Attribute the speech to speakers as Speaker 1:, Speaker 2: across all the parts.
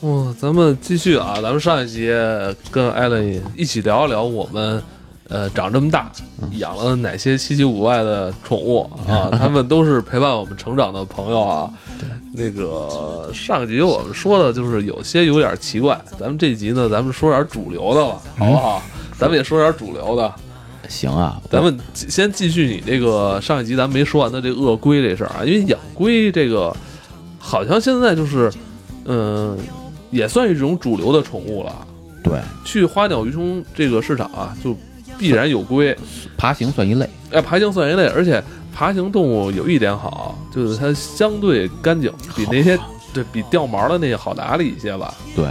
Speaker 1: 哇，咱们继续啊，咱们上一集跟艾伦一起聊一聊我们，呃，长这么大养了哪些稀奇古怪的宠物啊？他们都是陪伴我们成长的朋友啊。那个上一集我们说的就是有些有点奇怪，咱们这集呢，咱们说点主流的吧，好不好？咱们也说点主流的，
Speaker 2: 行啊，
Speaker 1: 咱们继先继续你这个上一集咱们没说完的这鳄龟这事儿啊，因为养龟这个好像现在就是，嗯、也算是一种主流的宠物了。
Speaker 2: 对，
Speaker 1: 去花鸟鱼虫这个市场啊，就必然有龟。
Speaker 2: 爬行算一类，
Speaker 1: 哎，爬行算一类，而且爬行动物有一点好，就是它相对干净，比那些对比掉毛的那些好打理一些吧。
Speaker 2: 对，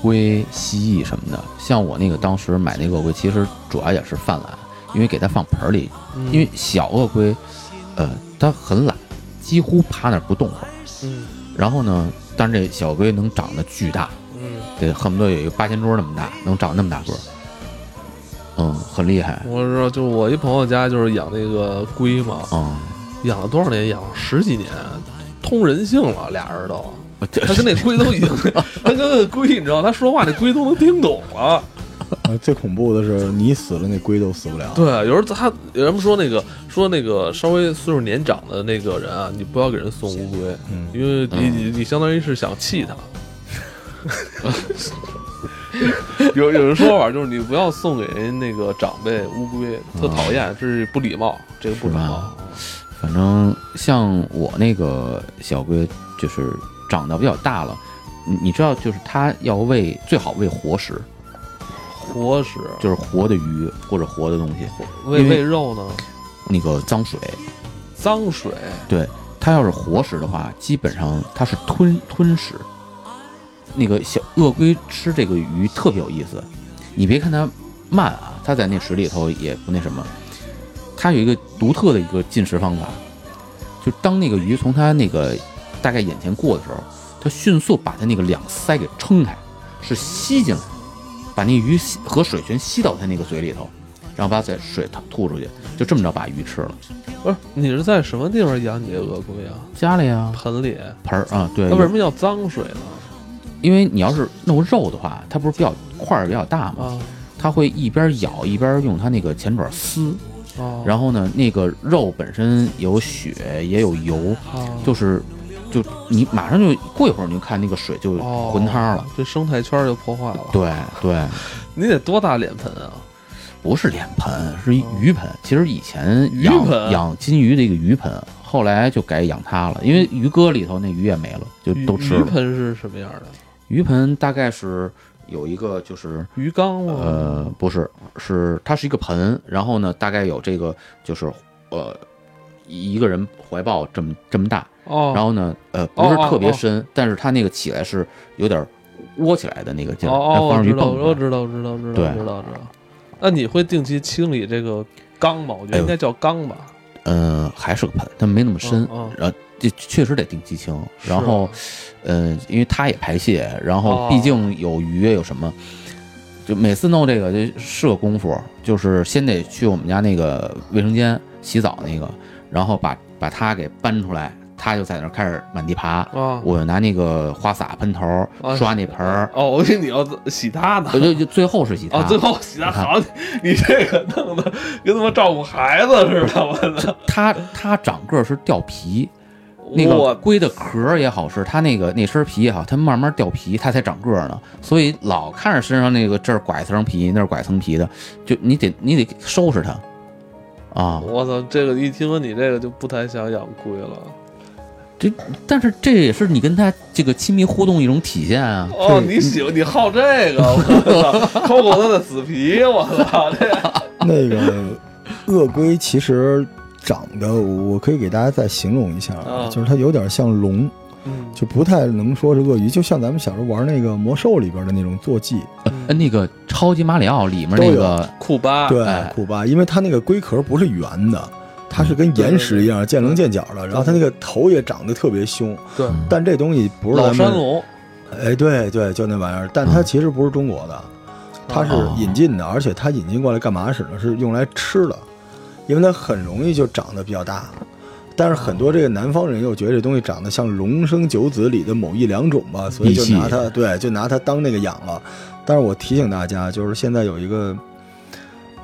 Speaker 2: 龟、蜥蜴什么的。像我那个当时买那个鳄龟，其实主要也是泛滥，因为给它放盆儿里，因为小鳄龟，呃，它很懒，几乎趴那儿不动会儿。
Speaker 1: 嗯
Speaker 2: 然后呢，但是这小鳄龟能长得巨大，
Speaker 1: 嗯，
Speaker 2: 得恨不得有一个八仙桌那么大，能长那么大个儿。嗯，很厉害。
Speaker 1: 我说就我一朋友家就是养那个龟嘛，
Speaker 2: 嗯，
Speaker 1: 养了多少年？养了十几年，通人性了，俩人都。
Speaker 2: 我啊这
Speaker 1: 他跟那龟都已经，他跟那龟，你知道，他说话那龟都能听懂了。
Speaker 3: 啊，最恐怖的是你死了，那龟都死不了。
Speaker 1: 对，有时候他有人说那个说那个稍微岁数年长的那个人啊，你不要给人送乌龟，
Speaker 3: 嗯
Speaker 1: 因为你你你相当于是想气 他。有有人说法就是你不要送给人那个长辈乌龟，特讨厌，这是不礼貌，这个不礼
Speaker 2: 嗯是
Speaker 1: 貌
Speaker 2: 吧。反正像我那个小龟，就是长得比较大了，你你知道，就是它要喂最好喂活食，
Speaker 1: 活食
Speaker 2: 就是活的鱼或者活的东西，
Speaker 1: 喂
Speaker 2: 因为
Speaker 1: 喂肉呢，
Speaker 2: 那个脏水。
Speaker 1: 脏水
Speaker 2: 对，它要是活食的话，基本上它是吞吞食。那个小鳄龟吃这个鱼特别有意思，你别看它慢啊，它在那水里头也不那什么，它有一个独特的一个进食方法，就当那个鱼从它那个大概眼前过的时候，它迅速把它那个两腮给撑开，是吸进来，把那鱼吸和水全吸到它那个嘴里头，然后把它水吐吐出去，就这么着把鱼吃了。
Speaker 1: 不是你是在什么地方养你的鳄龟啊？
Speaker 2: 家里啊，
Speaker 1: 盆里，
Speaker 2: 盆儿啊，对，
Speaker 1: 那为什么叫脏水呢？
Speaker 2: 因为你要是弄肉的话，它不是比较块儿比较大嘛，
Speaker 1: 啊
Speaker 2: 它会一边咬一边用它那个前爪撕，
Speaker 1: 哦，
Speaker 2: 然后呢，那个肉本身有血也有油，
Speaker 1: 后
Speaker 2: 就是就你马上就过一会儿你就看那个水就
Speaker 1: 哦
Speaker 2: 浑汤了。
Speaker 1: 这生态圈就破坏了。
Speaker 2: 对对，
Speaker 1: 你得多大脸盆啊？
Speaker 2: 不是脸盆，是一鱼盆。其实以前
Speaker 1: 鱼
Speaker 2: 养
Speaker 1: 盆
Speaker 2: 养金鱼的一个鱼盆，后来就改养它了，因为鱼哥里头那鱼也没了，就
Speaker 1: 鱼
Speaker 2: 都吃
Speaker 1: 鱼
Speaker 2: 了。
Speaker 1: 盆是什么样的？
Speaker 2: 鱼盆大概是有一个就是
Speaker 1: 鱼缸吗？
Speaker 2: 呃，不是，是它是一个盆，然后呢，大概有这个就是呃一个人怀抱这么这么大，
Speaker 1: 哦，
Speaker 2: 然
Speaker 1: 后
Speaker 2: 后呢，呃，不
Speaker 1: 哦
Speaker 2: 是
Speaker 1: 哦
Speaker 2: 特
Speaker 1: 哦
Speaker 2: 别深，但是它那个起来是有点窝起来的那个劲儿，
Speaker 1: 哦
Speaker 2: 然
Speaker 1: 哦，
Speaker 2: 后
Speaker 1: 我
Speaker 2: 放上去
Speaker 1: 知道，
Speaker 2: 蹦出
Speaker 1: 我
Speaker 2: 来。
Speaker 1: 知道，我知道，知道，
Speaker 2: 对
Speaker 1: 知道，知道。那你会定期清理这个缸吗？我觉得
Speaker 2: 哎
Speaker 1: 应
Speaker 2: 呦
Speaker 1: 该叫缸吧。
Speaker 2: 嗯、还是个盆，但没那么深。
Speaker 1: 嗯嗯
Speaker 2: 然后这确实得定期清，然
Speaker 1: 是啊
Speaker 2: 后，呃，因为它也排泄，然后毕
Speaker 1: 哦
Speaker 2: 竟有鱼啊有什么，就每次弄这个就是个功夫，就是先得去我们家那个卫生间洗澡那个，然后把把它给搬出来，它就在那儿开始满地爬，
Speaker 1: 啊
Speaker 2: 我拿那个花洒喷头
Speaker 1: 啊
Speaker 2: 刷那盆儿，
Speaker 1: 哦，我以为你要洗它呢
Speaker 2: 我。就就最后是洗它，
Speaker 1: 哦，最后洗它好，
Speaker 2: 啊
Speaker 1: 你这个弄的跟他妈照顾孩子似的，我操！
Speaker 2: 它它长个儿是掉皮，那个
Speaker 1: 我
Speaker 2: 龟的壳儿也好是它那个那身皮也好，它慢慢掉皮，它才长个儿呢。所以老看着身上那个这儿拐层皮，那儿拐层皮的，就你得你得收拾它啊。
Speaker 1: 我操，这个一听说你这个就不太想养龟了。
Speaker 2: 这但是这也是你跟它这个亲密互动一种体现啊。
Speaker 1: 哦，你喜欢你好这个，我操！抠抠它的死皮，我操！这
Speaker 3: 那个鳄龟其实长得，我可以给大家再形容一下
Speaker 1: 啊，
Speaker 3: 就是它有点像龙，
Speaker 1: 嗯
Speaker 3: 就不太能说是鳄鱼，就像咱们小时候玩那个魔兽里边的那种坐骑，
Speaker 1: 哦
Speaker 2: 呃，那个超级马里奥里面
Speaker 3: 都
Speaker 2: 那
Speaker 3: 有
Speaker 2: 个
Speaker 1: 库巴
Speaker 3: 对
Speaker 2: 哎，
Speaker 3: 库巴，因为它那个龟壳不是圆的。它是
Speaker 1: 嗯
Speaker 3: 跟岩石一样见棱见角的，然后它那个头也长得特别凶，
Speaker 1: 对，
Speaker 3: 但这东西不是
Speaker 1: 老
Speaker 3: 咱
Speaker 1: 山
Speaker 3: 们
Speaker 1: 龙，
Speaker 3: 哎，对对，就那玩意儿，但它其实不是中国的，它是
Speaker 2: 嗯哦
Speaker 3: 引进的，而且它引进过来干嘛使呢？是用来吃的，因为它很容易就长得比较大。但是很多这个南方人又觉得这东西长得像龙生九子里的某一两种吧，所以就拿它对，就拿它当那个养了。但是我提醒大家，就是现在有一个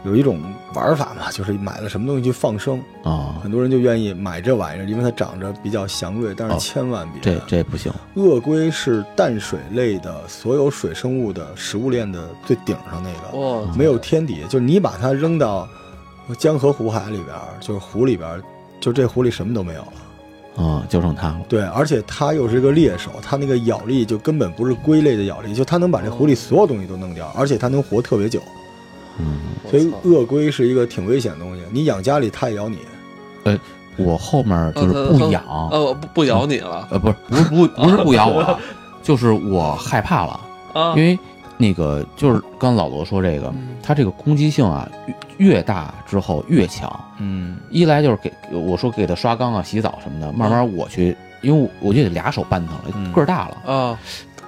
Speaker 3: 有一种玩法嘛，就是买了什么东西去放生，
Speaker 2: 啊，
Speaker 3: 很多人就愿意买这玩意儿，因为它长着比较祥瑞，但是
Speaker 2: 哦
Speaker 3: 千万别。
Speaker 2: 这这不行
Speaker 3: 鳄龟是淡水类的所有水生物的食物链的最顶上那
Speaker 2: 哦
Speaker 3: 个，
Speaker 2: 嗯
Speaker 1: 哇，
Speaker 3: 没有天敌，就是你把它扔到江河湖海里边儿，就是湖里边儿，就这湖里什么都没有了。
Speaker 2: 啊，就剩它了。
Speaker 3: 对，而且它又是个猎手，它那个咬力就根本不是龟类的咬力，就它能把这湖里所有东西都弄掉，而且它能活特别久。
Speaker 2: 嗯，
Speaker 1: 我
Speaker 3: 所以
Speaker 1: 操
Speaker 3: 鳄龟是一个挺危险的东西，你养家里它也咬你。
Speaker 2: 我后面就是
Speaker 1: 呃
Speaker 2: 不
Speaker 1: 它
Speaker 2: 养，
Speaker 1: 呃不不咬你了
Speaker 2: 呃，不是不是不不是不咬我啊，就是我害怕了，
Speaker 1: 啊
Speaker 2: 嗯因，为那个就是刚老罗说这个
Speaker 1: 嗯，
Speaker 2: 它这个攻击性啊越越大之后越强，
Speaker 3: 嗯
Speaker 2: 一来就是给我说给它刷缸啊、洗澡什么的，慢慢我去，因为我我就得俩手扳它了，
Speaker 3: 嗯
Speaker 2: 个儿大了，
Speaker 1: 啊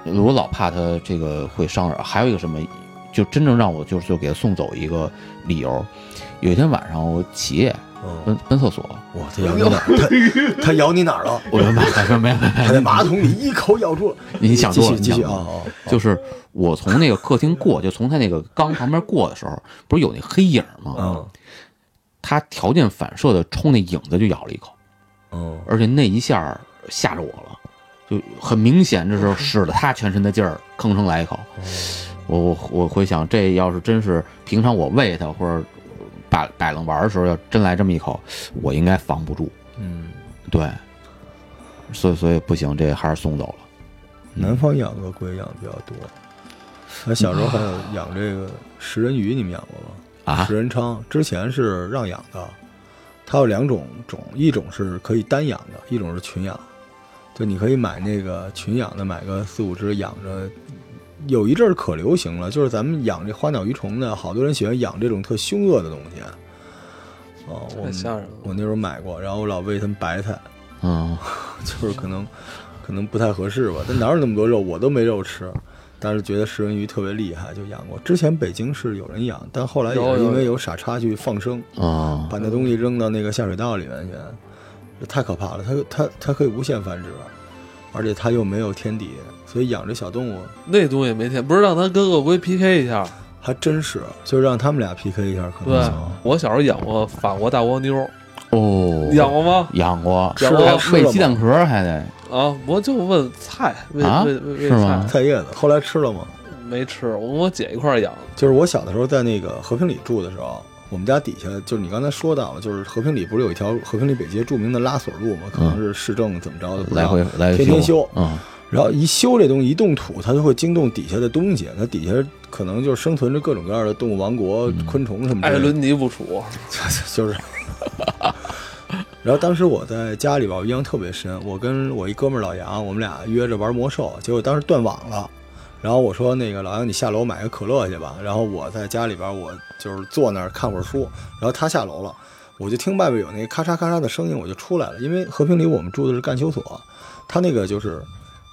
Speaker 2: 我老怕它这个会伤人。还有一个什么，就真正让我就是就给它送走一个理由，有一天晚上我起夜
Speaker 3: 嗯，
Speaker 2: 奔奔厕所，
Speaker 3: 哇，它咬你哪儿？它它咬你哪儿了？
Speaker 2: 我说妈，没没没
Speaker 3: 它在马桶里一口咬住了。
Speaker 2: 你想
Speaker 3: 继
Speaker 2: 多了，
Speaker 3: 续
Speaker 2: 你
Speaker 3: 继
Speaker 2: 想
Speaker 3: 续
Speaker 2: 多
Speaker 3: 啊！
Speaker 2: 了
Speaker 3: 哦哦
Speaker 2: 就是我从那个客厅过，就从他那个缸旁边过的时候，不是有那黑影吗？
Speaker 3: 嗯
Speaker 2: 他条件反射的冲那影子就咬了一口，
Speaker 3: 嗯
Speaker 2: 而且那一下儿吓着我了，就很明显，这时候使了他全身的劲儿，吭哧来一口。我我我回想，这要是真是平常我喂它或者摆摆弄玩儿的时候，要真来这么一口，我应该防不住。
Speaker 3: 嗯，
Speaker 2: 对，所以所以不行，这还是送走了。
Speaker 3: 南方养鳄龟养的比较多。那小时候还有养这个食人鱼，你们养过吗？
Speaker 2: 啊
Speaker 3: 食人鲳之前是让养的，它有两种种，一种是可以单养的，一种是群养。就你可以买那个群养的，买个四五只养着。有一阵儿可流行了，就是咱们养这花鸟鱼虫的，好多人喜欢养这种特凶恶的东西。哦，我
Speaker 1: 太吓人了
Speaker 3: 我那时候买过，然后我老喂它们白菜，
Speaker 2: 嗯，
Speaker 3: 就是可能可能不太合适吧。但哪有那么多肉，我都没肉吃。但是觉得食人鱼特别厉害，就养过。之前北京是有人养，但后来也
Speaker 1: 有有
Speaker 3: 是因为
Speaker 1: 有
Speaker 3: 有傻叉去放生，
Speaker 2: 啊
Speaker 3: 把那东西扔到那个下水道里面去，这太可怕了。它它它可以无限繁殖，而且它又没有天敌，所以养这小动物
Speaker 1: 那东西没天，不是让他跟鳄龟 PK 一下？
Speaker 3: 还真是，就让他们俩 PK 一下可能
Speaker 1: 对
Speaker 3: 行。，
Speaker 1: 我小时候养过法国大蜗妞，
Speaker 2: 哦，
Speaker 1: 养过吗？
Speaker 2: 养过，
Speaker 1: 养过
Speaker 2: 还
Speaker 3: 吃了
Speaker 2: 喂
Speaker 3: 吗
Speaker 2: 鸡蛋壳儿还得
Speaker 1: 啊，我就问菜，为
Speaker 2: 啊
Speaker 1: 为为为
Speaker 2: 是吗
Speaker 1: 菜
Speaker 3: 菜叶子后来吃了吗？
Speaker 1: 没吃，我跟我姐一块儿养的。
Speaker 3: 就是我小的时候在那个和平里住的时候，我们家底下就是你刚才说到了，就是和平里不是有一条和平里北街著名的拉锁路吗？可能是市政怎么着的，不知道
Speaker 2: 来回来回
Speaker 3: 天天修
Speaker 2: 嗯
Speaker 3: 然后一修这东西，一动土，它就会惊动底下的东西，那底下可能就生存着各种各样的动物王国、
Speaker 2: 嗯
Speaker 3: 昆虫什么
Speaker 1: 艾
Speaker 3: 之类的，
Speaker 1: 伦尼不楚，
Speaker 3: 就是。然后当时我在家里边，我印象特别深。我跟我一哥们儿老杨，我们俩约着玩魔兽，结果当时断网了。然后我说那个老杨，你下楼买个可乐去吧。然后我在家里边，我就是坐那儿看会儿书。然后他下楼了，我就听外边有那咔嚓咔嚓的声音，我就出来了。因为和平里我们住的是干休所，他那个就是，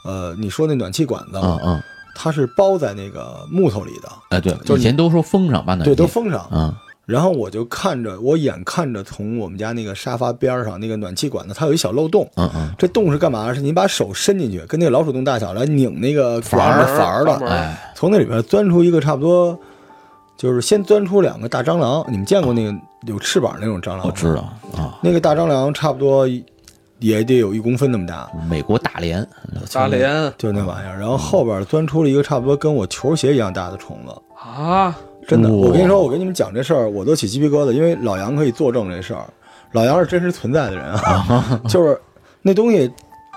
Speaker 3: 呃，你说那暖气管子，
Speaker 2: 嗯嗯，
Speaker 3: 它是包在那个木头里的，
Speaker 2: 哎对，
Speaker 3: 就是
Speaker 2: 以前都说风上把暖
Speaker 3: 对，
Speaker 2: 气，
Speaker 3: 都封上。
Speaker 2: 嗯
Speaker 3: 然后我就看着，我眼看着从我们家那个沙发边儿上那个暖气管子，它有一小漏洞。
Speaker 2: 嗯嗯，
Speaker 3: 这洞是干嘛？是你把手伸进去，跟那个老鼠洞大小来拧那个管
Speaker 1: 儿
Speaker 3: 的阀儿
Speaker 1: 阀
Speaker 3: 的，
Speaker 1: 门
Speaker 2: 哎，
Speaker 3: 从那里边钻出一个差不多，就是先钻出两个大蟑螂。你们见过那个有翅膀那种蟑螂吗？
Speaker 1: 哦
Speaker 2: 我知道啊，
Speaker 3: 那个大蟑螂差不多也得有一公分那么大，
Speaker 2: 美国大连，
Speaker 1: 大连
Speaker 3: 就那玩意儿。然后后边钻出了一个差不多跟我球鞋一样大的虫子。
Speaker 1: 啊，
Speaker 3: 真的，
Speaker 2: 哇
Speaker 3: 我跟你说，我跟你们讲这事儿，我都起鸡皮疙瘩，因为老杨可以作证这事儿，老杨是真实存在的人啊，就是那东西，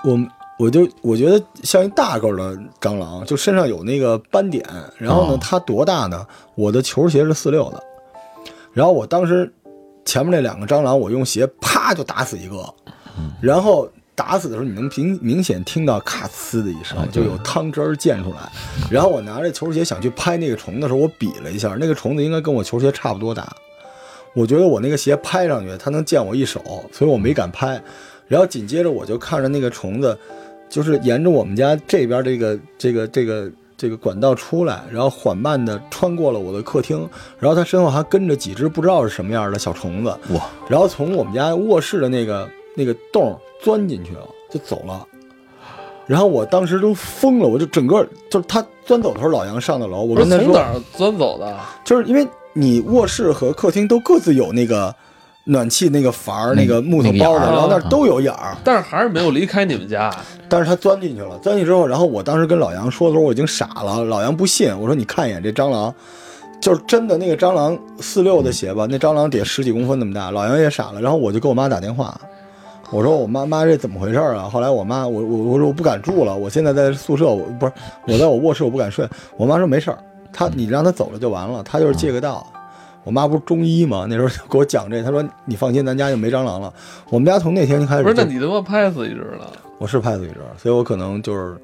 Speaker 3: 我我就我觉得像一大个儿的蟑螂，就身上有那个斑点，然后呢
Speaker 2: 哦，
Speaker 3: 它多大呢？我的球鞋是四六的，然后我当时前面那两个蟑螂，我用鞋啪就打死一个，
Speaker 2: 嗯
Speaker 3: 然后。打死的时候，你能明明显听到咔呲的一声
Speaker 2: 啊，
Speaker 3: 就
Speaker 2: 对
Speaker 3: 有汤汁儿溅出来。然后我拿着球鞋想去拍那个虫的时候，我比了一下，那个虫子应该跟我球鞋差不多大。我觉得我那个鞋拍上去，它能溅我一手，所以我没敢拍。然后紧接着我就看着那个虫子，就是沿着我们家这边这个这个这个这个管道出来，然后缓慢的穿过了我的客厅，然后它身后还跟着几只不知道是什么样的小虫子，
Speaker 2: 哇，
Speaker 3: 然后从我们家卧室的那个那个洞儿钻进去了，就走了。然后我当时都疯了，我就整个就是他钻走的时候，老杨上的楼，我
Speaker 1: 不是
Speaker 3: 跟他
Speaker 1: 哦从
Speaker 3: 说
Speaker 1: 哪儿钻走的？
Speaker 3: 就是因为你卧室和客厅都各自有那个暖气那个阀儿、那个木头
Speaker 2: 那个眼
Speaker 3: 包
Speaker 2: 儿啊
Speaker 3: 的，然后那儿都有眼儿，
Speaker 1: 但是还是没有离开你们家。
Speaker 3: 但是他钻进去了。钻进去之后，然后我当时跟老杨说的时候，我已经傻了。老杨不信，我说你看一眼这蟑螂，就是真的那个蟑螂四六的鞋吧，那蟑螂得十几公分那么大。老杨也傻了，然后我就给我妈打电话。我说我妈妈这怎么回事儿啊？后来我妈我我我说我不敢住了，我现在在宿舍，我不是我在我卧室我不敢睡。我妈说没事儿，她你让她走了就完了，她就是借个道。我妈不是中医吗？那时候就给我讲这，她说你放心，咱家就没蟑螂了。我们家从那天就开始
Speaker 1: 不是，那
Speaker 3: 就
Speaker 1: 你他妈拍死一只了？
Speaker 3: 我是派自己这儿，所以我可能就是，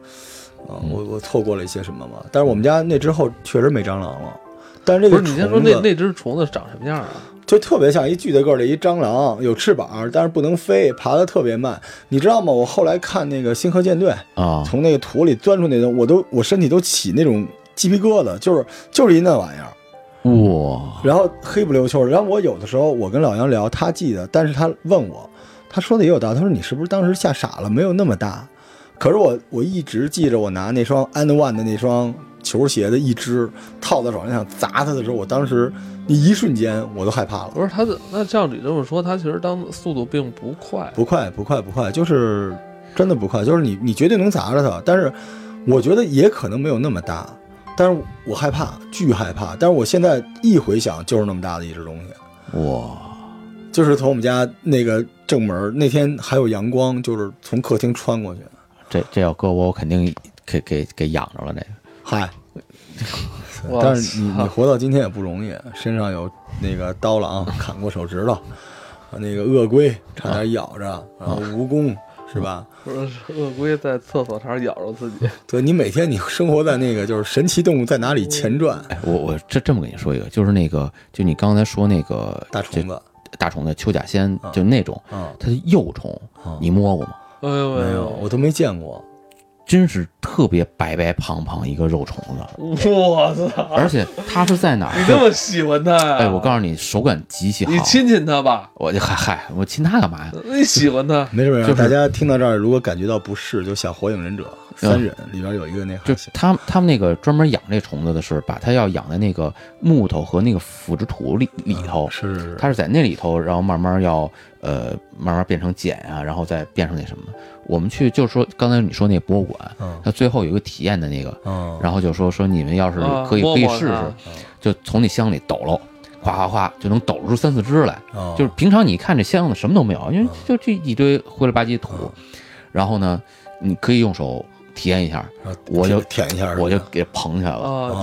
Speaker 3: 啊、
Speaker 1: 嗯
Speaker 3: 我我错过了一些什么吧。但是我们家那之后确实没蟑螂了，但是这
Speaker 1: 不
Speaker 3: 个
Speaker 1: 是，你先说
Speaker 3: 虫
Speaker 1: 那
Speaker 3: 子
Speaker 1: 那只虫子长什么样啊？
Speaker 3: 就特别像一巨大个儿的一蟑螂，有翅膀，但是不能飞，爬得特别慢。你知道吗？我后来看那个《星河舰队》，
Speaker 2: 啊，
Speaker 3: 从那个土里钻出那种，我都我身体都起那种鸡皮疙瘩，就是就是一那玩意儿。
Speaker 2: 哇，
Speaker 3: 然后黑不溜秋的。然后我有的时候我跟老杨聊，他记得，但是他问我，他说的也有道理。他说你是不是当时吓傻了，没有那么大？可是我我一直记着，我拿那双 And One 的那双球鞋的一只套在手上想砸它的时候，我当时那一瞬间我都害怕了。
Speaker 1: 不是，它的那照你这么说，它其实当速度并不快。
Speaker 3: 不快，不快，不快，就是真的不快，就是你你绝对能砸着它，但是我觉得也可能没有那么大，但是我害怕，巨害怕，但是我现在一回想就是那么大的一只东西。
Speaker 2: 哇，
Speaker 3: 就是从我们家那个正门儿，那天还有阳光，就是从客厅穿过去。
Speaker 2: 这这要搁我，我肯定给给给养着了这个。
Speaker 3: 嗨，
Speaker 1: 哇
Speaker 3: 但是你
Speaker 1: 操
Speaker 3: 你活到今天也不容易，身上有那个刀郎砍过手指头， 那个鳄龟差点咬着，然后蜈蚣是吧？
Speaker 1: 不是鳄龟在厕所上咬着自己，
Speaker 3: 对你每天你生活在那个就是神奇动物在哪里前传，
Speaker 2: 哎，我我这这么跟你说一个，就是那个，就你刚才说那个
Speaker 3: 大虫子
Speaker 2: 就大虫子秋甲仙，
Speaker 1: 嗯
Speaker 2: 就那种，
Speaker 3: 啊，
Speaker 2: 它的幼虫，你摸过吗？
Speaker 1: 哎呦
Speaker 3: 没
Speaker 1: 哎
Speaker 3: 有，
Speaker 1: 呦，
Speaker 3: 我都没见过。
Speaker 2: 真是特别白白胖胖一个肉虫子，
Speaker 1: 我操！
Speaker 2: 而且它是在哪儿？
Speaker 1: 啊你这么喜欢它呀？
Speaker 2: 哎，我告诉你，手感极其好。
Speaker 1: 你亲亲它吧，
Speaker 2: 我就嗨嗨，我亲它干嘛呀？
Speaker 1: 你喜欢它。
Speaker 3: 没事没事，
Speaker 2: 就是
Speaker 3: 大家听到这儿，如果感觉到不适，就想《火影忍者》三忍里边有一个那
Speaker 2: 嗯就
Speaker 3: 海鲜，
Speaker 2: 他们他们那个专门养这虫子的是，把它要养在那个木头和那个腐殖土里里头，
Speaker 3: 嗯是是是，
Speaker 2: 它是在那里头，然后慢慢要呃慢慢变成茧啊，然后再变成那什么的。我们去就是说，刚才你说那博物馆，
Speaker 3: 嗯
Speaker 2: 它最后有一个体验的那个，
Speaker 3: 嗯，
Speaker 2: 然后就说说你们嗯要是
Speaker 1: 啊
Speaker 2: 可以
Speaker 1: 摸
Speaker 2: 可以
Speaker 1: 摸
Speaker 2: 试
Speaker 1: 它
Speaker 2: 试，就从那箱里抖喽，哗哗哗就能抖出三四只来。
Speaker 3: 哦
Speaker 2: 就是平常你看这箱子什么都没有，
Speaker 3: 嗯
Speaker 2: 因为就这一堆灰了吧唧的土，然后呢，你可以用手体验一下，
Speaker 3: 啊
Speaker 2: 我就
Speaker 3: 舔舔一下，
Speaker 2: 我就给捧起来
Speaker 3: 哦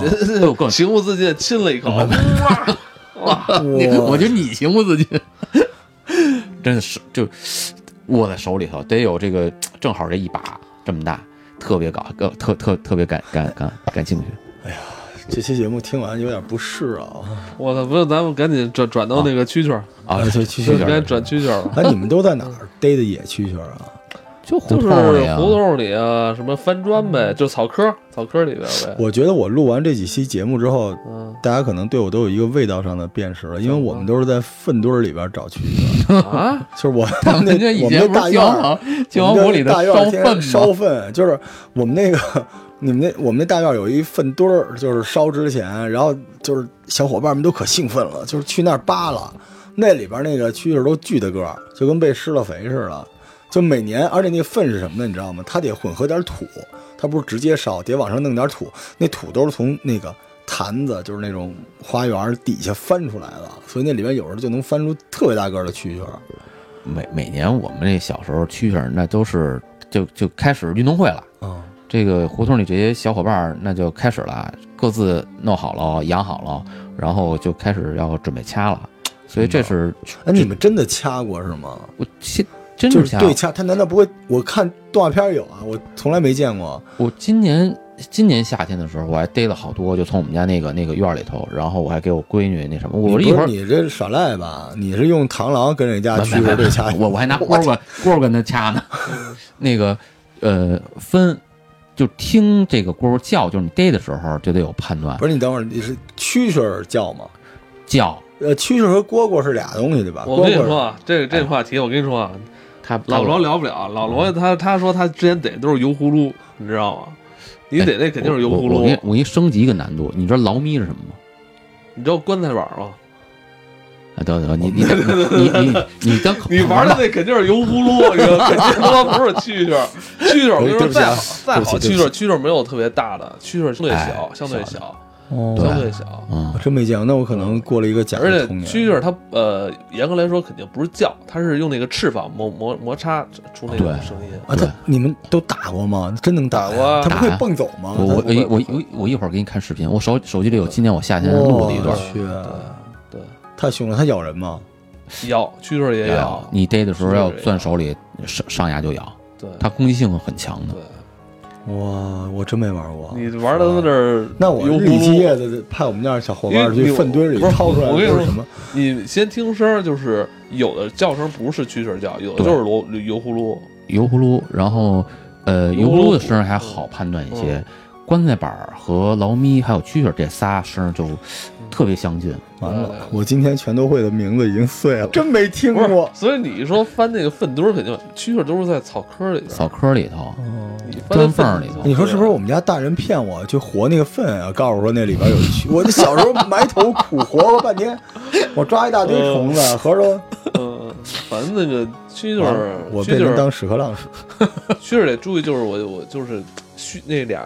Speaker 1: 啊，
Speaker 2: 了。哎我更
Speaker 1: 情不自禁地亲了一口。哇哇，
Speaker 2: 你我
Speaker 3: 我
Speaker 2: 觉得你情不自禁， 真的是就握在手里头，得有这个正好这一把这么大，特别搞，特特特特别感感感感兴趣。
Speaker 3: 这期节目听完有点不适啊。
Speaker 1: 我操！不是，咱们赶紧转转到那个蛐蛐儿，
Speaker 2: 啊
Speaker 3: 对，蛐
Speaker 1: 就
Speaker 2: 蛐
Speaker 1: 该
Speaker 2: 儿
Speaker 1: 转蛐蛐儿了。
Speaker 3: 哎，你们都在哪儿逮的野蛐蛐啊？
Speaker 2: 就胡
Speaker 1: 就是
Speaker 2: 同里啊，
Speaker 1: 胡 同里啊，什么翻砖呗，就草窠，草窠里边呗。
Speaker 3: 我觉得我录完这几期节目之后，
Speaker 1: 嗯，
Speaker 3: 大家可能对我都有一个味道上的辨识了，因为我们都是在粪堆儿里边找蛐蛐，
Speaker 1: 啊，
Speaker 3: 就是我
Speaker 2: 他
Speaker 3: 们
Speaker 2: 们
Speaker 3: 那
Speaker 2: 家以
Speaker 3: 我们
Speaker 2: 前
Speaker 3: 那
Speaker 2: 不
Speaker 3: 大
Speaker 2: 是
Speaker 3: 院
Speaker 2: 消
Speaker 3: 儿，
Speaker 2: 防消防
Speaker 3: 我
Speaker 2: 锅
Speaker 3: 们
Speaker 2: 里
Speaker 3: 那
Speaker 2: 的
Speaker 3: 大院
Speaker 2: 烧
Speaker 3: 儿天天
Speaker 2: 粪
Speaker 3: 烧
Speaker 2: 吗？
Speaker 3: 粪，就是我们那个你们那我们那大院儿有一粪堆儿，就是烧之前，然后就是小伙伴们都可兴奋了，就是去那儿扒拉，那里边那个蛐蛐都巨大个儿，就跟被施了肥似的。就每年，而且那个粪是什么呢？你知道吗？它得混合点土，它不是直接烧，得往上弄点土。那土都是从那个坛子，就是那种花园底下翻出来的，所以那里面有时候就能翻出特别大个儿的蛐蛐儿。
Speaker 2: 每每年我们这小时候蛐蛐儿那都是就就开始运动会了。
Speaker 3: 嗯，
Speaker 2: 这个胡同里这些小伙伴儿那就开始了，啊各自弄好了，养好了，然后就开始要准备掐了。所以这是
Speaker 3: 哎，你们真的掐过是吗？
Speaker 2: 我现真啊
Speaker 3: 就是是
Speaker 2: 掐。
Speaker 3: 对掐，他难道不会？我看动画片有啊，我从来没见过。
Speaker 2: 我今年今年夏天的时候，我还逮了好多，就从我们家那个那个院儿里头，然后我还给我闺女那什么，我
Speaker 3: 你
Speaker 2: 一会
Speaker 3: 不是
Speaker 2: 儿
Speaker 3: 你这耍赖吧？你是用螳螂跟人家
Speaker 2: 没
Speaker 3: 驱
Speaker 2: 没
Speaker 3: 逐
Speaker 2: 没
Speaker 3: 对掐？
Speaker 2: 我我还拿蝈蝈蝈蝈跟他掐呢。那个呃分。就听这个蝈蝈叫，就是你逮的时候就得有判断
Speaker 3: 不，是你等会儿，你是蛐蛐儿叫吗？
Speaker 2: 叫
Speaker 3: 呃，蛐蛐儿和蝈蝈是俩东西对吧？
Speaker 1: 我跟你
Speaker 3: 蝈蝈哎
Speaker 1: 说啊，这这话题，我跟你说啊，
Speaker 2: 他
Speaker 1: 老罗聊不了，老
Speaker 3: 嗯
Speaker 1: 罗他他说他之前逮都是油葫芦，你知道吗？你
Speaker 3: 哎
Speaker 1: 逮那肯定是油葫
Speaker 2: 我我我给
Speaker 1: 芦
Speaker 2: 你，我给你升级一个难度，你知道捞咪是什么吗？
Speaker 1: 你知道棺材板吗？
Speaker 2: 啊，得得，你你你你你你当
Speaker 1: 你
Speaker 2: 好玩
Speaker 1: 玩的
Speaker 2: 吧
Speaker 1: 那肯定是油葫芦，你知道肯定他妈不是蛐蛐儿，蛐蛐儿我跟你说
Speaker 3: 对不起
Speaker 1: 再
Speaker 3: 啊
Speaker 1: 好再好
Speaker 3: 对不起
Speaker 1: 蛐
Speaker 3: 对
Speaker 1: 蛐儿，
Speaker 3: 不
Speaker 1: 蛐蛐儿没有特别大的，蛐蛐儿相对
Speaker 2: 哎
Speaker 1: 小，相对
Speaker 2: 小
Speaker 1: 小，
Speaker 2: 对
Speaker 1: 相
Speaker 3: 哦，
Speaker 1: 对小。
Speaker 2: 嗯
Speaker 3: 我，真没见过，那我可能过了一个假
Speaker 1: 而且
Speaker 3: 的童年。
Speaker 1: 蛐蛐儿它呃，严格来说肯定不是叫，它是用那个翅膀摩摩摩擦出那个
Speaker 2: 对
Speaker 1: 声音。
Speaker 3: 啊，
Speaker 2: 对
Speaker 3: 他你们都打过吗？真能打
Speaker 1: 打过啊
Speaker 3: 呀？他不
Speaker 2: 打
Speaker 3: 会蹦走吗？
Speaker 2: 我我
Speaker 1: 不会
Speaker 2: 哎我我我一会儿给你看视频，我手手机里有今天我夏天录的一段
Speaker 3: 哇，去
Speaker 1: 对，
Speaker 3: 太凶了，他咬人吗？
Speaker 1: 对，咬蛐蛐儿也咬，
Speaker 2: 你逮的时候要
Speaker 1: 是这样
Speaker 2: 攥手里上上牙就咬，
Speaker 1: 对
Speaker 2: 它攻击性很强的
Speaker 1: 对。，
Speaker 3: 哇，我真没玩过。
Speaker 1: 你玩的在那儿，
Speaker 3: 那我
Speaker 1: 油
Speaker 3: 日以继
Speaker 1: 葫芦，
Speaker 3: 夜的派我们家小伙
Speaker 1: 因
Speaker 3: 伴
Speaker 1: 为
Speaker 3: 去
Speaker 1: 你
Speaker 3: 粪堆里
Speaker 1: 不是
Speaker 3: 掏出来
Speaker 1: 我跟你
Speaker 3: 都
Speaker 1: 说
Speaker 3: 是什么？
Speaker 1: 你先听声儿，就是有的叫声不是蛐蛐儿叫，有的
Speaker 2: 对
Speaker 1: 就是罗油葫芦。
Speaker 2: 油葫芦，然后呃
Speaker 1: 油
Speaker 2: 油
Speaker 1: 葫
Speaker 2: 葫
Speaker 1: 芦
Speaker 2: 芦的声儿还好判断一些，
Speaker 1: 嗯
Speaker 2: 棺材板儿和劳咪还有蛐蛐儿这仨声儿就特别相
Speaker 1: 嗯
Speaker 2: 近，
Speaker 3: 完
Speaker 1: 对对
Speaker 3: 了，我今天全都会的名字已经碎了，真没听
Speaker 1: 不是
Speaker 3: 过，。
Speaker 1: 所以你说翻那个粪堆儿，肯定蛐蛐儿都是在草坑里边儿。
Speaker 2: 草坑里头，
Speaker 1: 嗯
Speaker 3: 哦
Speaker 1: 你翻那
Speaker 2: 砖缝儿里头
Speaker 3: 你说是不是我们家大人骗我，就活那个粪啊？告诉我说那里边有蛆，我就小时候埋头苦活过半天，我抓一大
Speaker 1: 呃
Speaker 3: 堆虫子，合着都
Speaker 1: 嗯，反正那个蛐蛐
Speaker 3: 完
Speaker 1: 儿
Speaker 3: 了，我
Speaker 1: 蛐
Speaker 3: 变
Speaker 1: 蛐
Speaker 3: 成
Speaker 1: 儿
Speaker 3: 当，屎壳郎使。
Speaker 1: 蛐蛐儿得注意，就是我我就是须那俩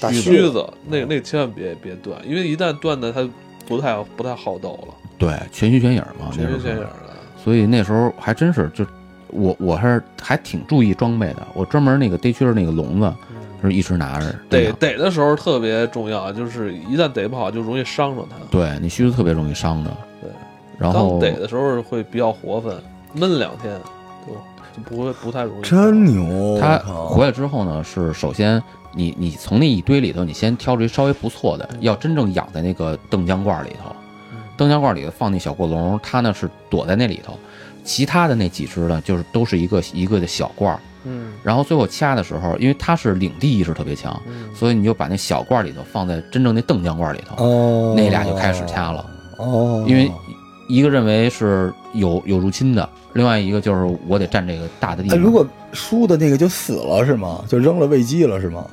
Speaker 3: 大
Speaker 1: 须
Speaker 3: 须
Speaker 1: 子，那那千万别别断，因为一旦断的它不太不太好斗了，
Speaker 2: 对，全虚全影嘛，
Speaker 1: 全
Speaker 2: 那时候
Speaker 1: 是。这样的。
Speaker 2: 所以那时候还真是就我我还是还挺注意装备的，我专门那个逮蛐儿那个笼子，就是一直拿着。
Speaker 1: 逮逮的时候特别重要，就是一旦逮不好就容易伤着它。
Speaker 2: 对你须子特别容易伤的。
Speaker 1: 对，哦
Speaker 2: 然
Speaker 1: 刚
Speaker 2: 后
Speaker 1: 逮的时候会比较活泛，闷两天就就不会不太容易伤。
Speaker 3: 真牛！
Speaker 2: 它
Speaker 3: 我靠
Speaker 2: 回来之后呢，是首先你你从那一堆里头，你先挑出一稍微不错的，要真正养在那个邓江罐里头。邓江罐里头放那小过笼，它呢是躲在那里头，其他的那几只呢就是都是一个一个的小罐儿。
Speaker 1: 嗯
Speaker 2: 然后最后掐的时候，因为它是领地意识特别强，
Speaker 1: 嗯，
Speaker 2: 所以你就把那小罐儿里头放在真正那邓江罐儿里头，
Speaker 3: 哦，
Speaker 2: 那俩就开始掐了。
Speaker 3: 哦，
Speaker 2: 因为一个认为是有有入侵的，另外一个就是我得占这个大的地
Speaker 3: 哎，
Speaker 2: 方。
Speaker 3: 如果输的那个就死了是吗？就扔了喂鸡了是吗？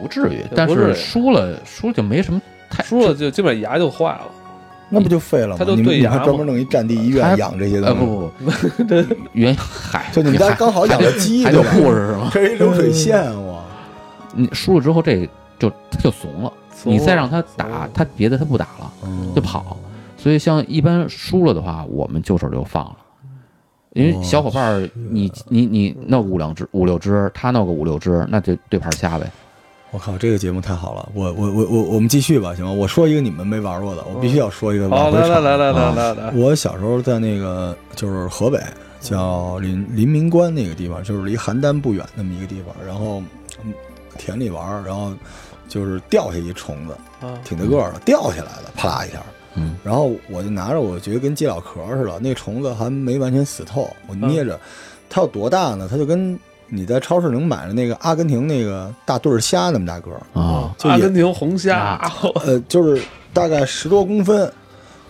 Speaker 2: 不至于
Speaker 1: 对，
Speaker 2: 但
Speaker 1: 不至于
Speaker 2: 是输了输了就没什么太
Speaker 1: 输了就基本上牙就坏了。
Speaker 3: 那不就废了吗？
Speaker 1: 它就
Speaker 3: 你们
Speaker 1: 对
Speaker 3: 你们还
Speaker 1: 牙嘛
Speaker 3: 专门弄一战地医
Speaker 2: 它
Speaker 3: 院养这些东
Speaker 2: 呃
Speaker 3: 西？
Speaker 2: 不不不，原嗨，
Speaker 3: 就你们家
Speaker 2: 还
Speaker 3: 刚好养了 鸡嗯
Speaker 2: 还
Speaker 3: 对
Speaker 2: 有
Speaker 3: 吧？
Speaker 2: 故事是吗？
Speaker 3: 这是一流水线我。
Speaker 2: 你输了之后这就他就怂了，
Speaker 1: 怂
Speaker 2: 你
Speaker 1: 了
Speaker 2: 再让他
Speaker 1: 怂
Speaker 2: 打
Speaker 1: 了
Speaker 2: 他别的他不打了，就
Speaker 3: 嗯
Speaker 2: 跑。所以像一般输了的话，我们就手就放了。因为小伙伴儿，你你你弄五两只五六只，他弄个五六只，那就对盘瞎呗。
Speaker 3: 我靠，这个节目太好了！我我我我我们继续吧，行吗？我说一个你们没玩过的，我必须要说一个
Speaker 1: 嗯好，
Speaker 3: 往回
Speaker 1: 来
Speaker 3: 扯。
Speaker 1: 来来来来来来，
Speaker 3: 我小时候在那个就是河北，叫临临明关那个地方，就是离邯郸不远那么一个地方，然后嗯田里玩儿，然后就是掉下一虫子，
Speaker 1: 啊
Speaker 3: 挺大个儿的，掉下来的，啪啦一下。
Speaker 2: 嗯，
Speaker 3: 然后我就拿着，我觉得跟鸡脑壳似的，那虫子还没完全死透，我
Speaker 1: 嗯
Speaker 3: 捏着，它有多大呢？它就跟你在超市能买的那个阿根廷那个大对儿虾那么大个儿，
Speaker 2: 啊，
Speaker 3: 就也
Speaker 1: 阿根廷红虾，
Speaker 2: 啊
Speaker 3: 呃，就是大概十多公分。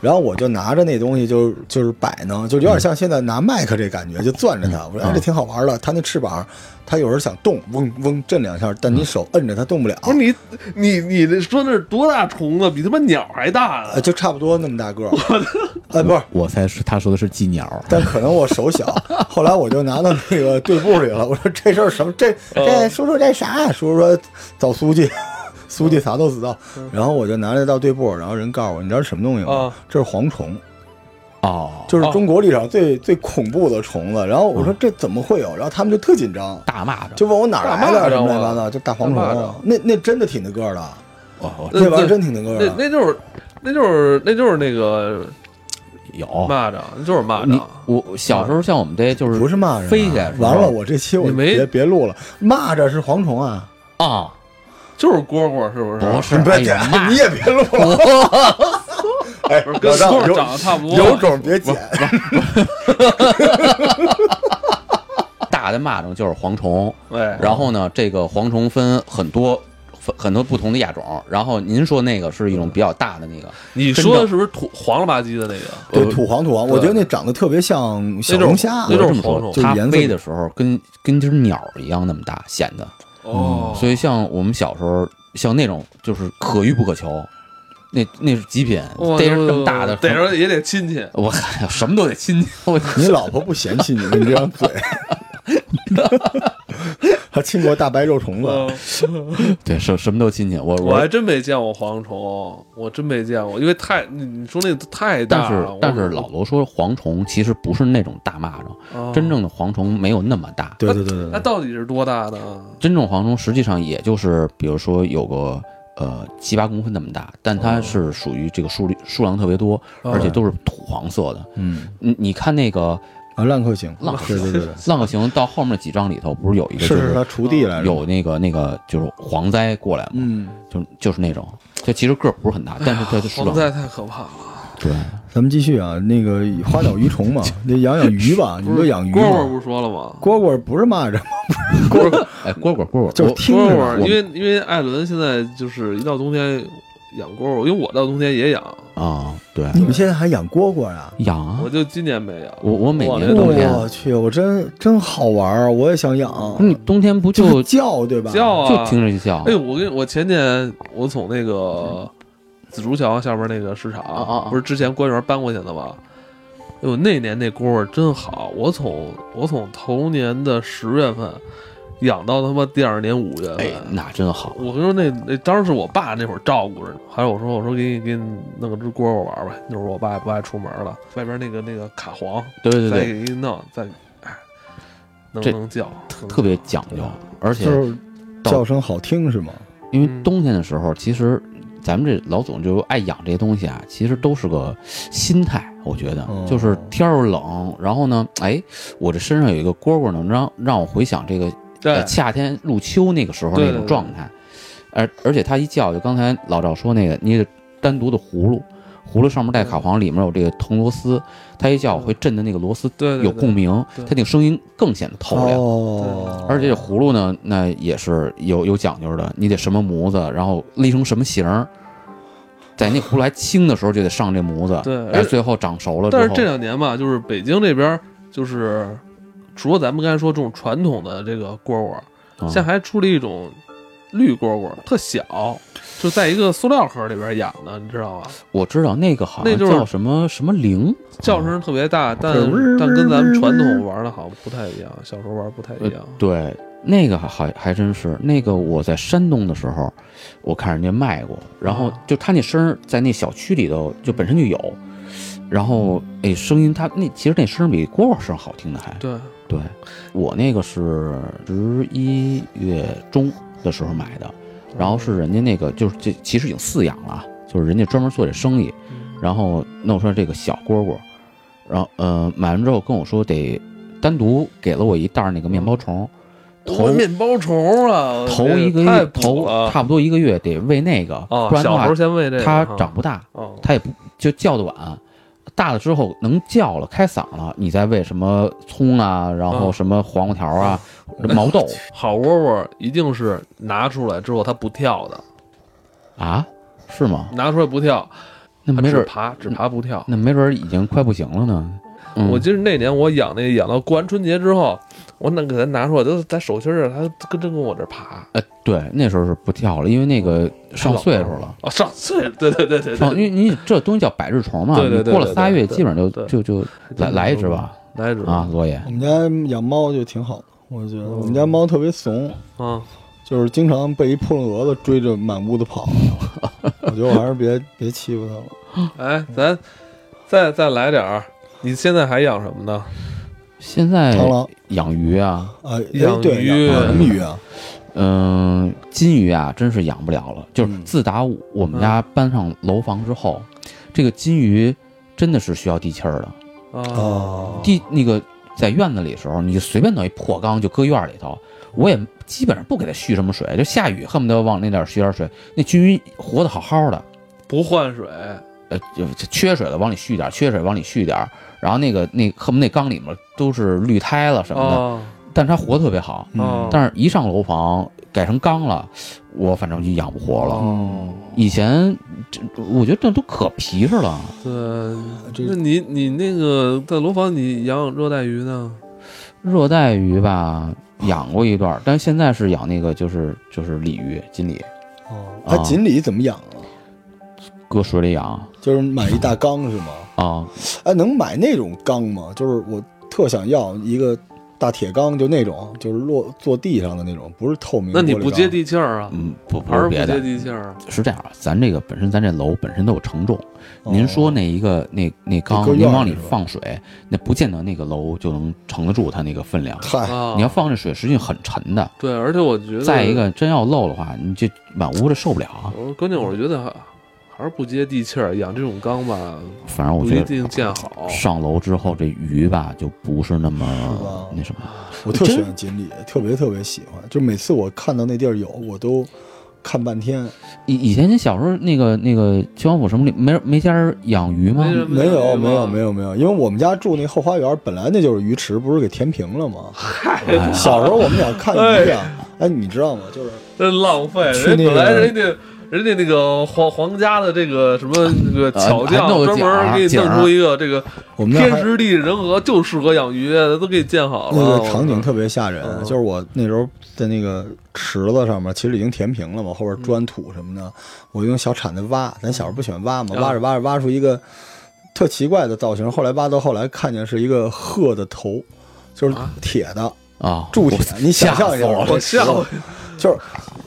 Speaker 3: 然后我就拿着那东西就就是摆弄，就
Speaker 2: 嗯
Speaker 3: 有点像现在拿麦克这感觉，就攥着它。我说
Speaker 2: 啊
Speaker 3: 哎，这挺好玩的。它那翅膀，它有时候想动，嗡嗡震两下，但
Speaker 2: 嗯
Speaker 3: 你手摁着它动不了。
Speaker 1: 不是你你你这说那是多大虫子，比他妈鸟还大
Speaker 3: 呃，
Speaker 1: 呢！
Speaker 3: 就差不多那么大个儿。呃，不是，
Speaker 2: 我猜是他说的是寄鸟，
Speaker 3: 但可能我手小，后来我就拿到那个队部里了。我说这事儿什么？这这叔叔这啥？叔叔说找书记，书记啥都知道。然后我就拿着到队部，然后人告诉我，你知道是什么东西吗
Speaker 1: 啊？
Speaker 3: 这是蝗虫，
Speaker 2: 哦，
Speaker 3: 就是
Speaker 1: 哦
Speaker 3: 中国历史上最最恐怖的虫子。然后我说这怎么会有？然后他们就特紧张，
Speaker 2: 大蚂蚱，
Speaker 3: 就问我哪儿来
Speaker 1: 大蚂蚱
Speaker 3: 的什么乱七八糟，就大蝗
Speaker 1: 大蚂蚱
Speaker 3: 虫。那那真的挺大个儿的，
Speaker 2: 我我
Speaker 1: 那
Speaker 3: 那玩意
Speaker 1: 那
Speaker 3: 儿真挺大个
Speaker 1: 那
Speaker 3: 儿的。
Speaker 1: 那就是那就是那就是那个
Speaker 2: 有
Speaker 1: 蚂蚱，那就是蚂
Speaker 2: 哦你
Speaker 1: 蚱。
Speaker 2: 我我小时候像我们这就是
Speaker 3: 不是蚂蚱啊，
Speaker 2: 飞起来是吧
Speaker 3: 完了，我这期我
Speaker 1: 你没
Speaker 3: 别别录了。蚂蚱是蝗虫啊，
Speaker 2: 啊，
Speaker 1: 就是蝈蝈，是不是？
Speaker 2: 不是，
Speaker 3: 你别
Speaker 2: 哎呀
Speaker 3: 剪，你
Speaker 2: 妈，
Speaker 3: 也别录了。 哎，
Speaker 1: 不是跟
Speaker 3: 老
Speaker 1: 蝈
Speaker 3: 张有
Speaker 1: 蝈长得差不多。
Speaker 3: 有种别剪，
Speaker 2: 大的蚂蚱就是蝗虫，
Speaker 1: 哎，
Speaker 2: 然后呢，这个蝗虫分很多分很多不同的亚种。然后您说那个是一种比较大的那个，
Speaker 1: 你
Speaker 2: 真
Speaker 1: 说的
Speaker 2: 的
Speaker 1: 是不是土黄了吧唧的那个？
Speaker 3: 对
Speaker 2: 呃，
Speaker 3: 土黄土黄，
Speaker 1: 对
Speaker 3: 我觉得那长得特别像小
Speaker 1: 那种
Speaker 3: 龙虾
Speaker 1: 那
Speaker 2: 我
Speaker 1: 种，
Speaker 2: 这么
Speaker 1: 黄
Speaker 2: 说，
Speaker 1: 种
Speaker 2: 它
Speaker 3: 就是颜色
Speaker 2: 飞的时候跟跟只鸟一样那么大，显得。
Speaker 1: 哦
Speaker 2: 嗯所以像我们小时候，像那种就是可遇不可求，那那是极品，
Speaker 1: 哇
Speaker 2: 逮着这么大的，
Speaker 1: 逮着也得亲 戚。
Speaker 2: 我嗨什么都得亲，我
Speaker 3: 你老婆不嫌弃你们这张嘴，还亲过大白肉虫子，
Speaker 1: 嗯
Speaker 2: 对什什么都亲戚，我
Speaker 1: 我还
Speaker 2: 我。
Speaker 1: 真没见过蝗虫，我真没见过，因为太你你说那个太
Speaker 2: 但
Speaker 1: 大
Speaker 2: 是
Speaker 1: 了。我
Speaker 2: 但是老罗说蝗虫其实不是那种大蚂蚱，
Speaker 1: 哦
Speaker 2: 真正的蝗虫没有那么大，
Speaker 3: 对对对对
Speaker 1: 那
Speaker 3: 对，
Speaker 1: 到底是多大呢？
Speaker 2: 真正蝗虫实际上也就是比如说有个呃七八公分那么大，但它是属于这个数量数量特别多，
Speaker 1: 哦
Speaker 2: 而且都是土黄色的。
Speaker 3: 嗯
Speaker 2: 你你看那个
Speaker 3: 啊，浪客行，
Speaker 2: 浪
Speaker 3: 对对对
Speaker 2: 《
Speaker 3: 对，
Speaker 2: 浪客行》到后面几章里头，不是有一个就是
Speaker 3: 是他锄地来着，
Speaker 2: 有那个那个就是蝗灾过来嘛，
Speaker 3: 嗯，
Speaker 2: 就就是那种，就其实个儿不是很大，但是它的数
Speaker 1: 哎蝗
Speaker 2: 量
Speaker 1: 灾太可怕了。
Speaker 2: 对，
Speaker 3: 咱们继续啊，那个花鸟鱼虫嘛，那养养鱼
Speaker 2: 啊
Speaker 3: 吧，你们都 养鱼
Speaker 1: 蝈蝈
Speaker 3: 吗？
Speaker 1: 不是说了吗？
Speaker 3: 蝈蝈不是蚂蚱，
Speaker 2: 蝈蝈哎蝈蝈蝈蝈
Speaker 3: 就是
Speaker 2: 我
Speaker 3: 听
Speaker 1: 蝈
Speaker 3: 着
Speaker 1: 蝈，
Speaker 3: 呢
Speaker 1: 因为因为艾伦现在就是一到冬天养蝈蝈，因为我到冬天也养，
Speaker 2: 啊对
Speaker 3: 你们现在还养蝈蝈啊？
Speaker 2: 养啊
Speaker 1: 我，就今年没养。
Speaker 2: 我我每
Speaker 1: 哇
Speaker 2: 年
Speaker 1: 那
Speaker 2: 冬天
Speaker 3: 我去，我真真好玩儿，我也想养。
Speaker 2: 不是你冬天不
Speaker 3: 就
Speaker 2: 嗯就是
Speaker 3: 叫对吧？
Speaker 1: 叫
Speaker 2: 就
Speaker 1: 啊！
Speaker 2: 听着就叫
Speaker 1: 哎呦，我跟我前年我从那个紫竹桥下边那个市场，
Speaker 2: 啊啊啊
Speaker 1: 不是之前官员搬过去的吗？哎呦，那年那蝈蝈真好，我从我从头年的十月份养到他妈第二年五月份。
Speaker 2: 哎那真好，
Speaker 1: 我跟你说那，那当时是我爸那会儿照顾着呢。后来我说，我说给你给你弄个只蝈蝈玩吧。那会儿我爸不爱出门了，外边那个那个卡簧，
Speaker 2: 对对
Speaker 1: 再
Speaker 2: 对，
Speaker 1: 给你弄，再哎，能
Speaker 2: 这
Speaker 1: 能叫，
Speaker 2: 特别讲究，而且
Speaker 3: 就是叫声好听是吗？
Speaker 2: 因为
Speaker 1: 嗯
Speaker 2: 冬天的时候，其实咱们这老总就爱养这些东西啊，其实都是个心态，我觉得
Speaker 3: 哦
Speaker 2: 就是天儿冷，然后呢，哎，我这身上有一个蝈蝈，能让让我回想这个
Speaker 1: 对
Speaker 2: 呃夏天入秋那个时候那
Speaker 1: 对对
Speaker 2: 种
Speaker 1: 对
Speaker 2: 状态，而而且它一叫，就刚才老赵说那个，你得单独的葫芦，葫芦上面带卡簧，里面有这个铜螺丝，它一叫
Speaker 1: 嗯
Speaker 2: 会震的那个螺丝
Speaker 1: 对对对
Speaker 2: 有共鸣，
Speaker 1: 对
Speaker 2: 它那个声音更显得透亮。
Speaker 3: 哦，
Speaker 2: 而且这葫芦呢，那也是有有讲究的，你得什么模子，然后勒成什么形儿，在那葫芦还青的时候就得上这模子，
Speaker 1: 对
Speaker 2: 哎，最后长熟了之
Speaker 1: 但是
Speaker 2: 后，
Speaker 1: 这两年吧，就是北京这边儿就是，除了咱们刚才说这种传统的这个蝈蝈，
Speaker 2: 嗯
Speaker 1: 现在还出了一种绿蝈蝈，特小，就在一个塑料盒里边养的，你知道吧？
Speaker 2: 我知道那个好
Speaker 1: 那
Speaker 2: 像
Speaker 1: 就是
Speaker 2: 叫什么什么铃，
Speaker 1: 叫声特别
Speaker 2: 嗯
Speaker 1: 大，但
Speaker 3: 对
Speaker 1: 但跟咱们传统玩的好像不太一样，小时候玩不太一样。
Speaker 2: 对，那个还还真是那个我在山东的时候，我看人家卖过，然后
Speaker 1: 啊
Speaker 2: 就他那声儿在那小区里头就本身就有，然后哎声音他那其实那声儿比蝈蝈声好听的还。
Speaker 1: 对，
Speaker 2: 对，我那个是十一月中的时候买的，然后是人家那个就是这其实已经饲养了啊，就是人家专门做这生意，
Speaker 1: 嗯
Speaker 2: 然后弄出来这个小蝈蝈，然后呃买完之后跟我说得单独给了我一袋儿那个面包虫，头
Speaker 1: 哇哦面包虫啊，
Speaker 2: 头
Speaker 1: 这
Speaker 2: 一个
Speaker 1: 太
Speaker 2: 月
Speaker 1: 补
Speaker 2: 头
Speaker 1: 了
Speaker 2: 差不多一个月得喂那个，
Speaker 1: 啊
Speaker 2: 不，然的
Speaker 1: 小时
Speaker 2: 话
Speaker 1: 候先喂这个，
Speaker 2: 它
Speaker 1: 啊
Speaker 2: 长不大，
Speaker 1: 哦，
Speaker 2: 它也不就叫的晚。大了之后能叫了，开嗓了，你再喂什么葱啊，然后
Speaker 1: 嗯
Speaker 2: 什么黄瓜条 啊、毛豆
Speaker 1: 好窝窝一定是拿出来之后它不跳的，
Speaker 2: 啊？是吗？
Speaker 1: 拿出来不跳，
Speaker 2: 那
Speaker 1: 它
Speaker 2: 没准
Speaker 1: 只
Speaker 2: 儿，
Speaker 1: 爬只爬不跳。
Speaker 2: 那没准儿已经快不行了呢。嗯、
Speaker 1: 我记得那年我养那个养到过完春节之后，我那给它拿出来，都在手心儿上，它跟真跟我这儿爬。
Speaker 2: 呃，对，那时候是不跳了，因为那个上岁数了。
Speaker 1: 哦，上岁数，对对对对
Speaker 2: 哦上，因
Speaker 1: 对，
Speaker 2: 为你这东西叫百日虫嘛，
Speaker 1: 对对对
Speaker 2: 你过了仨
Speaker 1: 对对
Speaker 2: 月，
Speaker 1: 对
Speaker 2: 基本上就
Speaker 1: 对
Speaker 2: 就就来来一只吧，
Speaker 1: 来一只
Speaker 2: 啊，罗爷
Speaker 3: 我们家养猫就挺好的，我觉得我们家猫特别怂，
Speaker 1: 嗯，
Speaker 3: 就是经常被一扑棱蛾子追着满屋子跑。我觉得我还是别别欺负它了。
Speaker 1: 哎，咱再再来点儿。你现在还养什么呢？
Speaker 2: 现在
Speaker 3: 螳螂
Speaker 2: 养鱼啊，
Speaker 3: 啊，
Speaker 1: 养
Speaker 3: 哎对，
Speaker 1: 鱼
Speaker 3: 养什么鱼啊？
Speaker 2: 嗯、金鱼啊，真是养不了了。就是
Speaker 3: 嗯
Speaker 2: 自打我
Speaker 1: 啊
Speaker 2: 们家搬上楼房之后，这个金鱼真的是需要地气儿的。
Speaker 1: 哦，
Speaker 2: 地那个在院子里的时候，你就随便弄一破缸就搁院儿里头，我也基本上不给它蓄什么水，就下雨恨不得往那点儿蓄点儿水。那金鱼活得好好的，
Speaker 1: 不换水，
Speaker 2: 呃，就就缺水了往里蓄点儿，缺水往里蓄点儿，然后那个那恨不得那缸里面都是绿苔了什么的，
Speaker 1: 哦
Speaker 2: 但是它活得特别好。
Speaker 1: 哦
Speaker 2: 但是一上楼房，改成缸了，我反正就养不活了。
Speaker 1: 哦，
Speaker 2: 以前这我觉得这都可皮实了，
Speaker 1: 对，
Speaker 3: 这
Speaker 1: 那你你那个在楼房你养养热带鱼呢？
Speaker 2: 热带鱼吧养过一段儿，但现在是养那个就是就是鲤鱼锦鲤，
Speaker 3: 哦，它锦鲤怎么养啊？
Speaker 2: 搁水里养
Speaker 3: 就是买一大缸是吗？
Speaker 2: 啊，
Speaker 3: 哎，能买那种缸吗？就是我特想要一个大铁缸，就那种，就是落坐地上的那种，不是透明。
Speaker 1: 那你不接？地气儿啊？
Speaker 2: 嗯，不不
Speaker 1: 还是
Speaker 2: 是
Speaker 1: 不
Speaker 2: 别
Speaker 1: 接
Speaker 2: 的，
Speaker 1: 地气儿啊？
Speaker 2: 是这样啊，咱这个本身咱这楼本身都有承重，
Speaker 3: 嗯
Speaker 2: 您说那一个那那缸
Speaker 3: 哦搁院
Speaker 2: 您往
Speaker 3: 里
Speaker 2: 里
Speaker 3: 是吧
Speaker 2: 放水，那不见得那个楼就能承得住它那个分量。
Speaker 3: 嗨，
Speaker 1: 啊
Speaker 2: 哎你要放这水，实际很沉的。
Speaker 1: 对，而且我觉得，
Speaker 2: 再一，个，真要漏的话，你这满屋子受不了啊。
Speaker 1: 我关键我觉得还还是不接地气儿，养这种缸吧，
Speaker 2: 反正我
Speaker 1: 不一
Speaker 2: 觉得
Speaker 1: 定哦见好。
Speaker 2: 上楼之后这鱼吧就不是那
Speaker 3: 是吧
Speaker 2: 么那什么。
Speaker 3: 我特喜欢锦鲤，特别特别喜欢。就每次我看到那地儿有，我都看半天。
Speaker 2: 以以前你小时候那个那个秦王府什么里没没家儿养鱼吗？
Speaker 1: 没人
Speaker 3: 没有，没
Speaker 1: 吗
Speaker 3: 有，没有，没有，因为我们家住那后花园，本来那就是鱼池，不是给填平了吗？小时候我们想看鱼啊，哎，你知道吗？就是
Speaker 1: 那浪费，
Speaker 3: 去
Speaker 1: 人
Speaker 3: 那
Speaker 1: 家本
Speaker 3: 个
Speaker 1: 来人家人家那个皇皇家的这个什么那个
Speaker 3: 呃
Speaker 1: 巧匠
Speaker 2: 还弄个
Speaker 1: 专
Speaker 2: 景儿
Speaker 1: 门给你
Speaker 2: 景
Speaker 1: 弄
Speaker 2: 儿
Speaker 1: 出一个这个
Speaker 3: 我们那
Speaker 1: 天
Speaker 3: 还
Speaker 1: 时地利人和就适合养鱼，都给你建好了。
Speaker 3: 那个场景特别吓人
Speaker 1: 嗯，
Speaker 3: 就是我那时候在那个池子上面，其实已经填平了嘛，后边砖土什么的，我用小铲子挖，咱小时候不喜欢挖嘛，
Speaker 1: 嗯
Speaker 3: 挖着挖着挖出一个特奇怪的造型，后来挖到后来看见是一个鹤的头，就是铁的
Speaker 2: 啊，
Speaker 3: 铸铁
Speaker 2: 我，
Speaker 3: 你想象一下，
Speaker 2: 吓死我了
Speaker 1: 我吓我
Speaker 3: 就是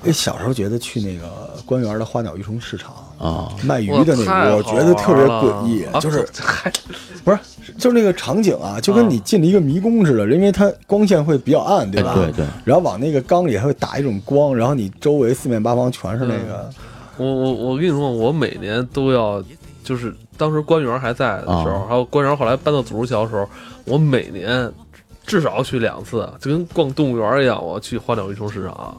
Speaker 3: 哎小时候觉得去那个官园的花鸟鱼虫市场。
Speaker 2: 啊，
Speaker 3: 卖鱼
Speaker 1: 哇
Speaker 3: 的那
Speaker 1: 太
Speaker 3: 个，我
Speaker 1: 好
Speaker 3: 觉得特别
Speaker 1: 玩了
Speaker 3: 诡异，
Speaker 1: 啊
Speaker 3: 就是
Speaker 1: 还
Speaker 3: 不是，就是那个场景啊，就跟你进了一个迷宫似的，因为它光线会比较暗，
Speaker 1: 哎
Speaker 3: 对吧？
Speaker 2: 对对。
Speaker 3: 然后往那个缸里还会打一种光，然后你周围四面八方全是那个，
Speaker 1: 我我我跟你说，我每年都要，就是当时官员还在的时候，
Speaker 2: 啊
Speaker 1: 还有官员后来搬到祖竹桥的时候，我每年至少去两次，就跟逛动物园一样，我去花鸟鱼虫市场，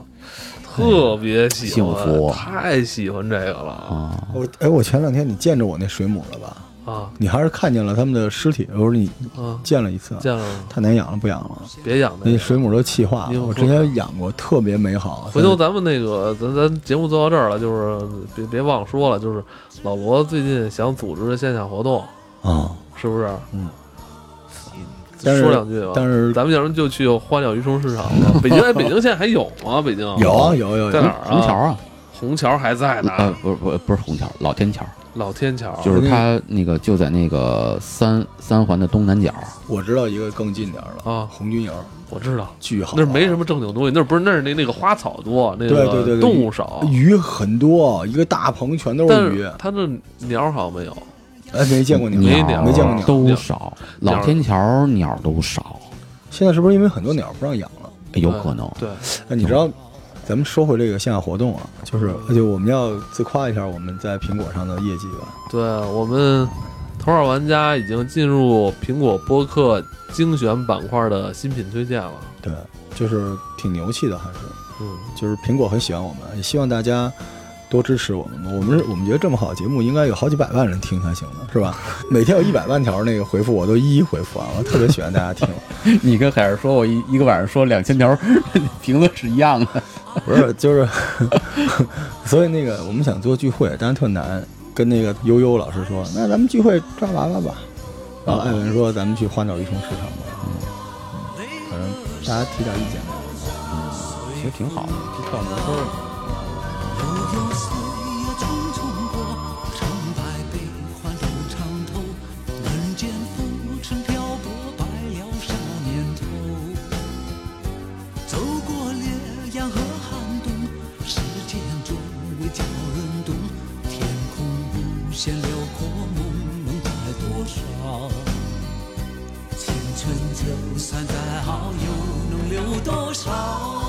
Speaker 1: 特别喜欢，
Speaker 2: 哎幸福
Speaker 1: 太喜欢这个了
Speaker 2: 啊，
Speaker 3: 我哎，我前两天你见着我那水母了吧？
Speaker 1: 啊
Speaker 3: 你还是看见了他们的尸体，我说你
Speaker 1: 啊！
Speaker 3: 见了一次，
Speaker 1: 见了，
Speaker 3: 太难养了，不养了。
Speaker 1: 别养那
Speaker 3: 那
Speaker 1: 个。
Speaker 3: 水母都气化
Speaker 1: 你
Speaker 3: 了，
Speaker 1: 有
Speaker 3: 我
Speaker 1: 说
Speaker 3: 之前养过，特别美好。
Speaker 1: 回头咱们那个，咱咱节目做到这儿了，就是别别忘了说了，就是老罗最近想组织的线下活动，
Speaker 3: 啊，
Speaker 1: 是不是？
Speaker 3: 嗯，但是
Speaker 1: 说两句吧。啊
Speaker 3: 但是
Speaker 1: 咱们要不就去花鸟鱼虫市场了。北京，哎，北京现在还有吗？ 北京
Speaker 3: 有啊有嗯有
Speaker 1: 在哪儿
Speaker 3: 有，
Speaker 1: 啊？
Speaker 2: 红桥，啊，
Speaker 1: 红桥还在
Speaker 2: 呃
Speaker 1: 呢，，
Speaker 2: 不是不是不是红桥，老天桥，
Speaker 1: 老天桥
Speaker 2: 就是它啊那个就在那个三三环的东南角，
Speaker 3: 我知道一个更近点儿了
Speaker 1: 啊
Speaker 3: 红军营
Speaker 1: 我知道，
Speaker 3: 巨好
Speaker 1: 那
Speaker 3: 玩，
Speaker 1: 儿没什么正经东西，那儿不是那儿那那个花草多，那
Speaker 3: 对对对
Speaker 1: 个
Speaker 3: 对
Speaker 1: 动物少，
Speaker 3: 鱼很多，一个大棚全都
Speaker 1: 但
Speaker 3: 是
Speaker 1: 是
Speaker 3: 鱼，
Speaker 1: 它这鸟好像没有。
Speaker 3: 哎，没见过你
Speaker 1: 没
Speaker 3: 们，
Speaker 1: 鸟
Speaker 3: 没见过鸟
Speaker 2: 都少，
Speaker 1: 鸟
Speaker 2: 老天桥鸟都少，
Speaker 3: 现在是不是因为很多鸟不让养了？
Speaker 2: 有可能
Speaker 1: 对，
Speaker 3: 哎，你知道，咱们说回这个线下活动啊，就是而且我们要自夸一下我们在苹果上的业绩吧。
Speaker 1: 对我们头号玩家已经进入苹果播客精选板块的新品推荐了。
Speaker 3: 对，就是挺牛气的，还是
Speaker 1: 嗯，
Speaker 3: 就是苹果很喜欢我们，也希望大家多支持我们吧。我们我们觉得这么好的节目，应该有好几百万人听才行的，是吧？每天有一百万条那个回复，我都一一回复啊，我特别喜欢大家听。
Speaker 2: 你跟海儿说，我一一个晚上说两千条 评论是一样的。
Speaker 3: 不是，就是，所以那个我们想做聚会，但是特难。跟那个悠悠老师说，那咱们聚会抓娃娃吧。然后艾文说，咱们去花鸟鱼虫市场吧。嗯，反正大家提点意见，
Speaker 2: 其实挺好的，
Speaker 3: 挺好的。
Speaker 4: 悠悠歲月匆匆過，成败悲歡路長途。人間浮沉漂泊，白了少年头。走過烈陽和寒冬，世間終會教人懂。天空無限遼闊，夢能帶多少？青春就算再好，又能留多少？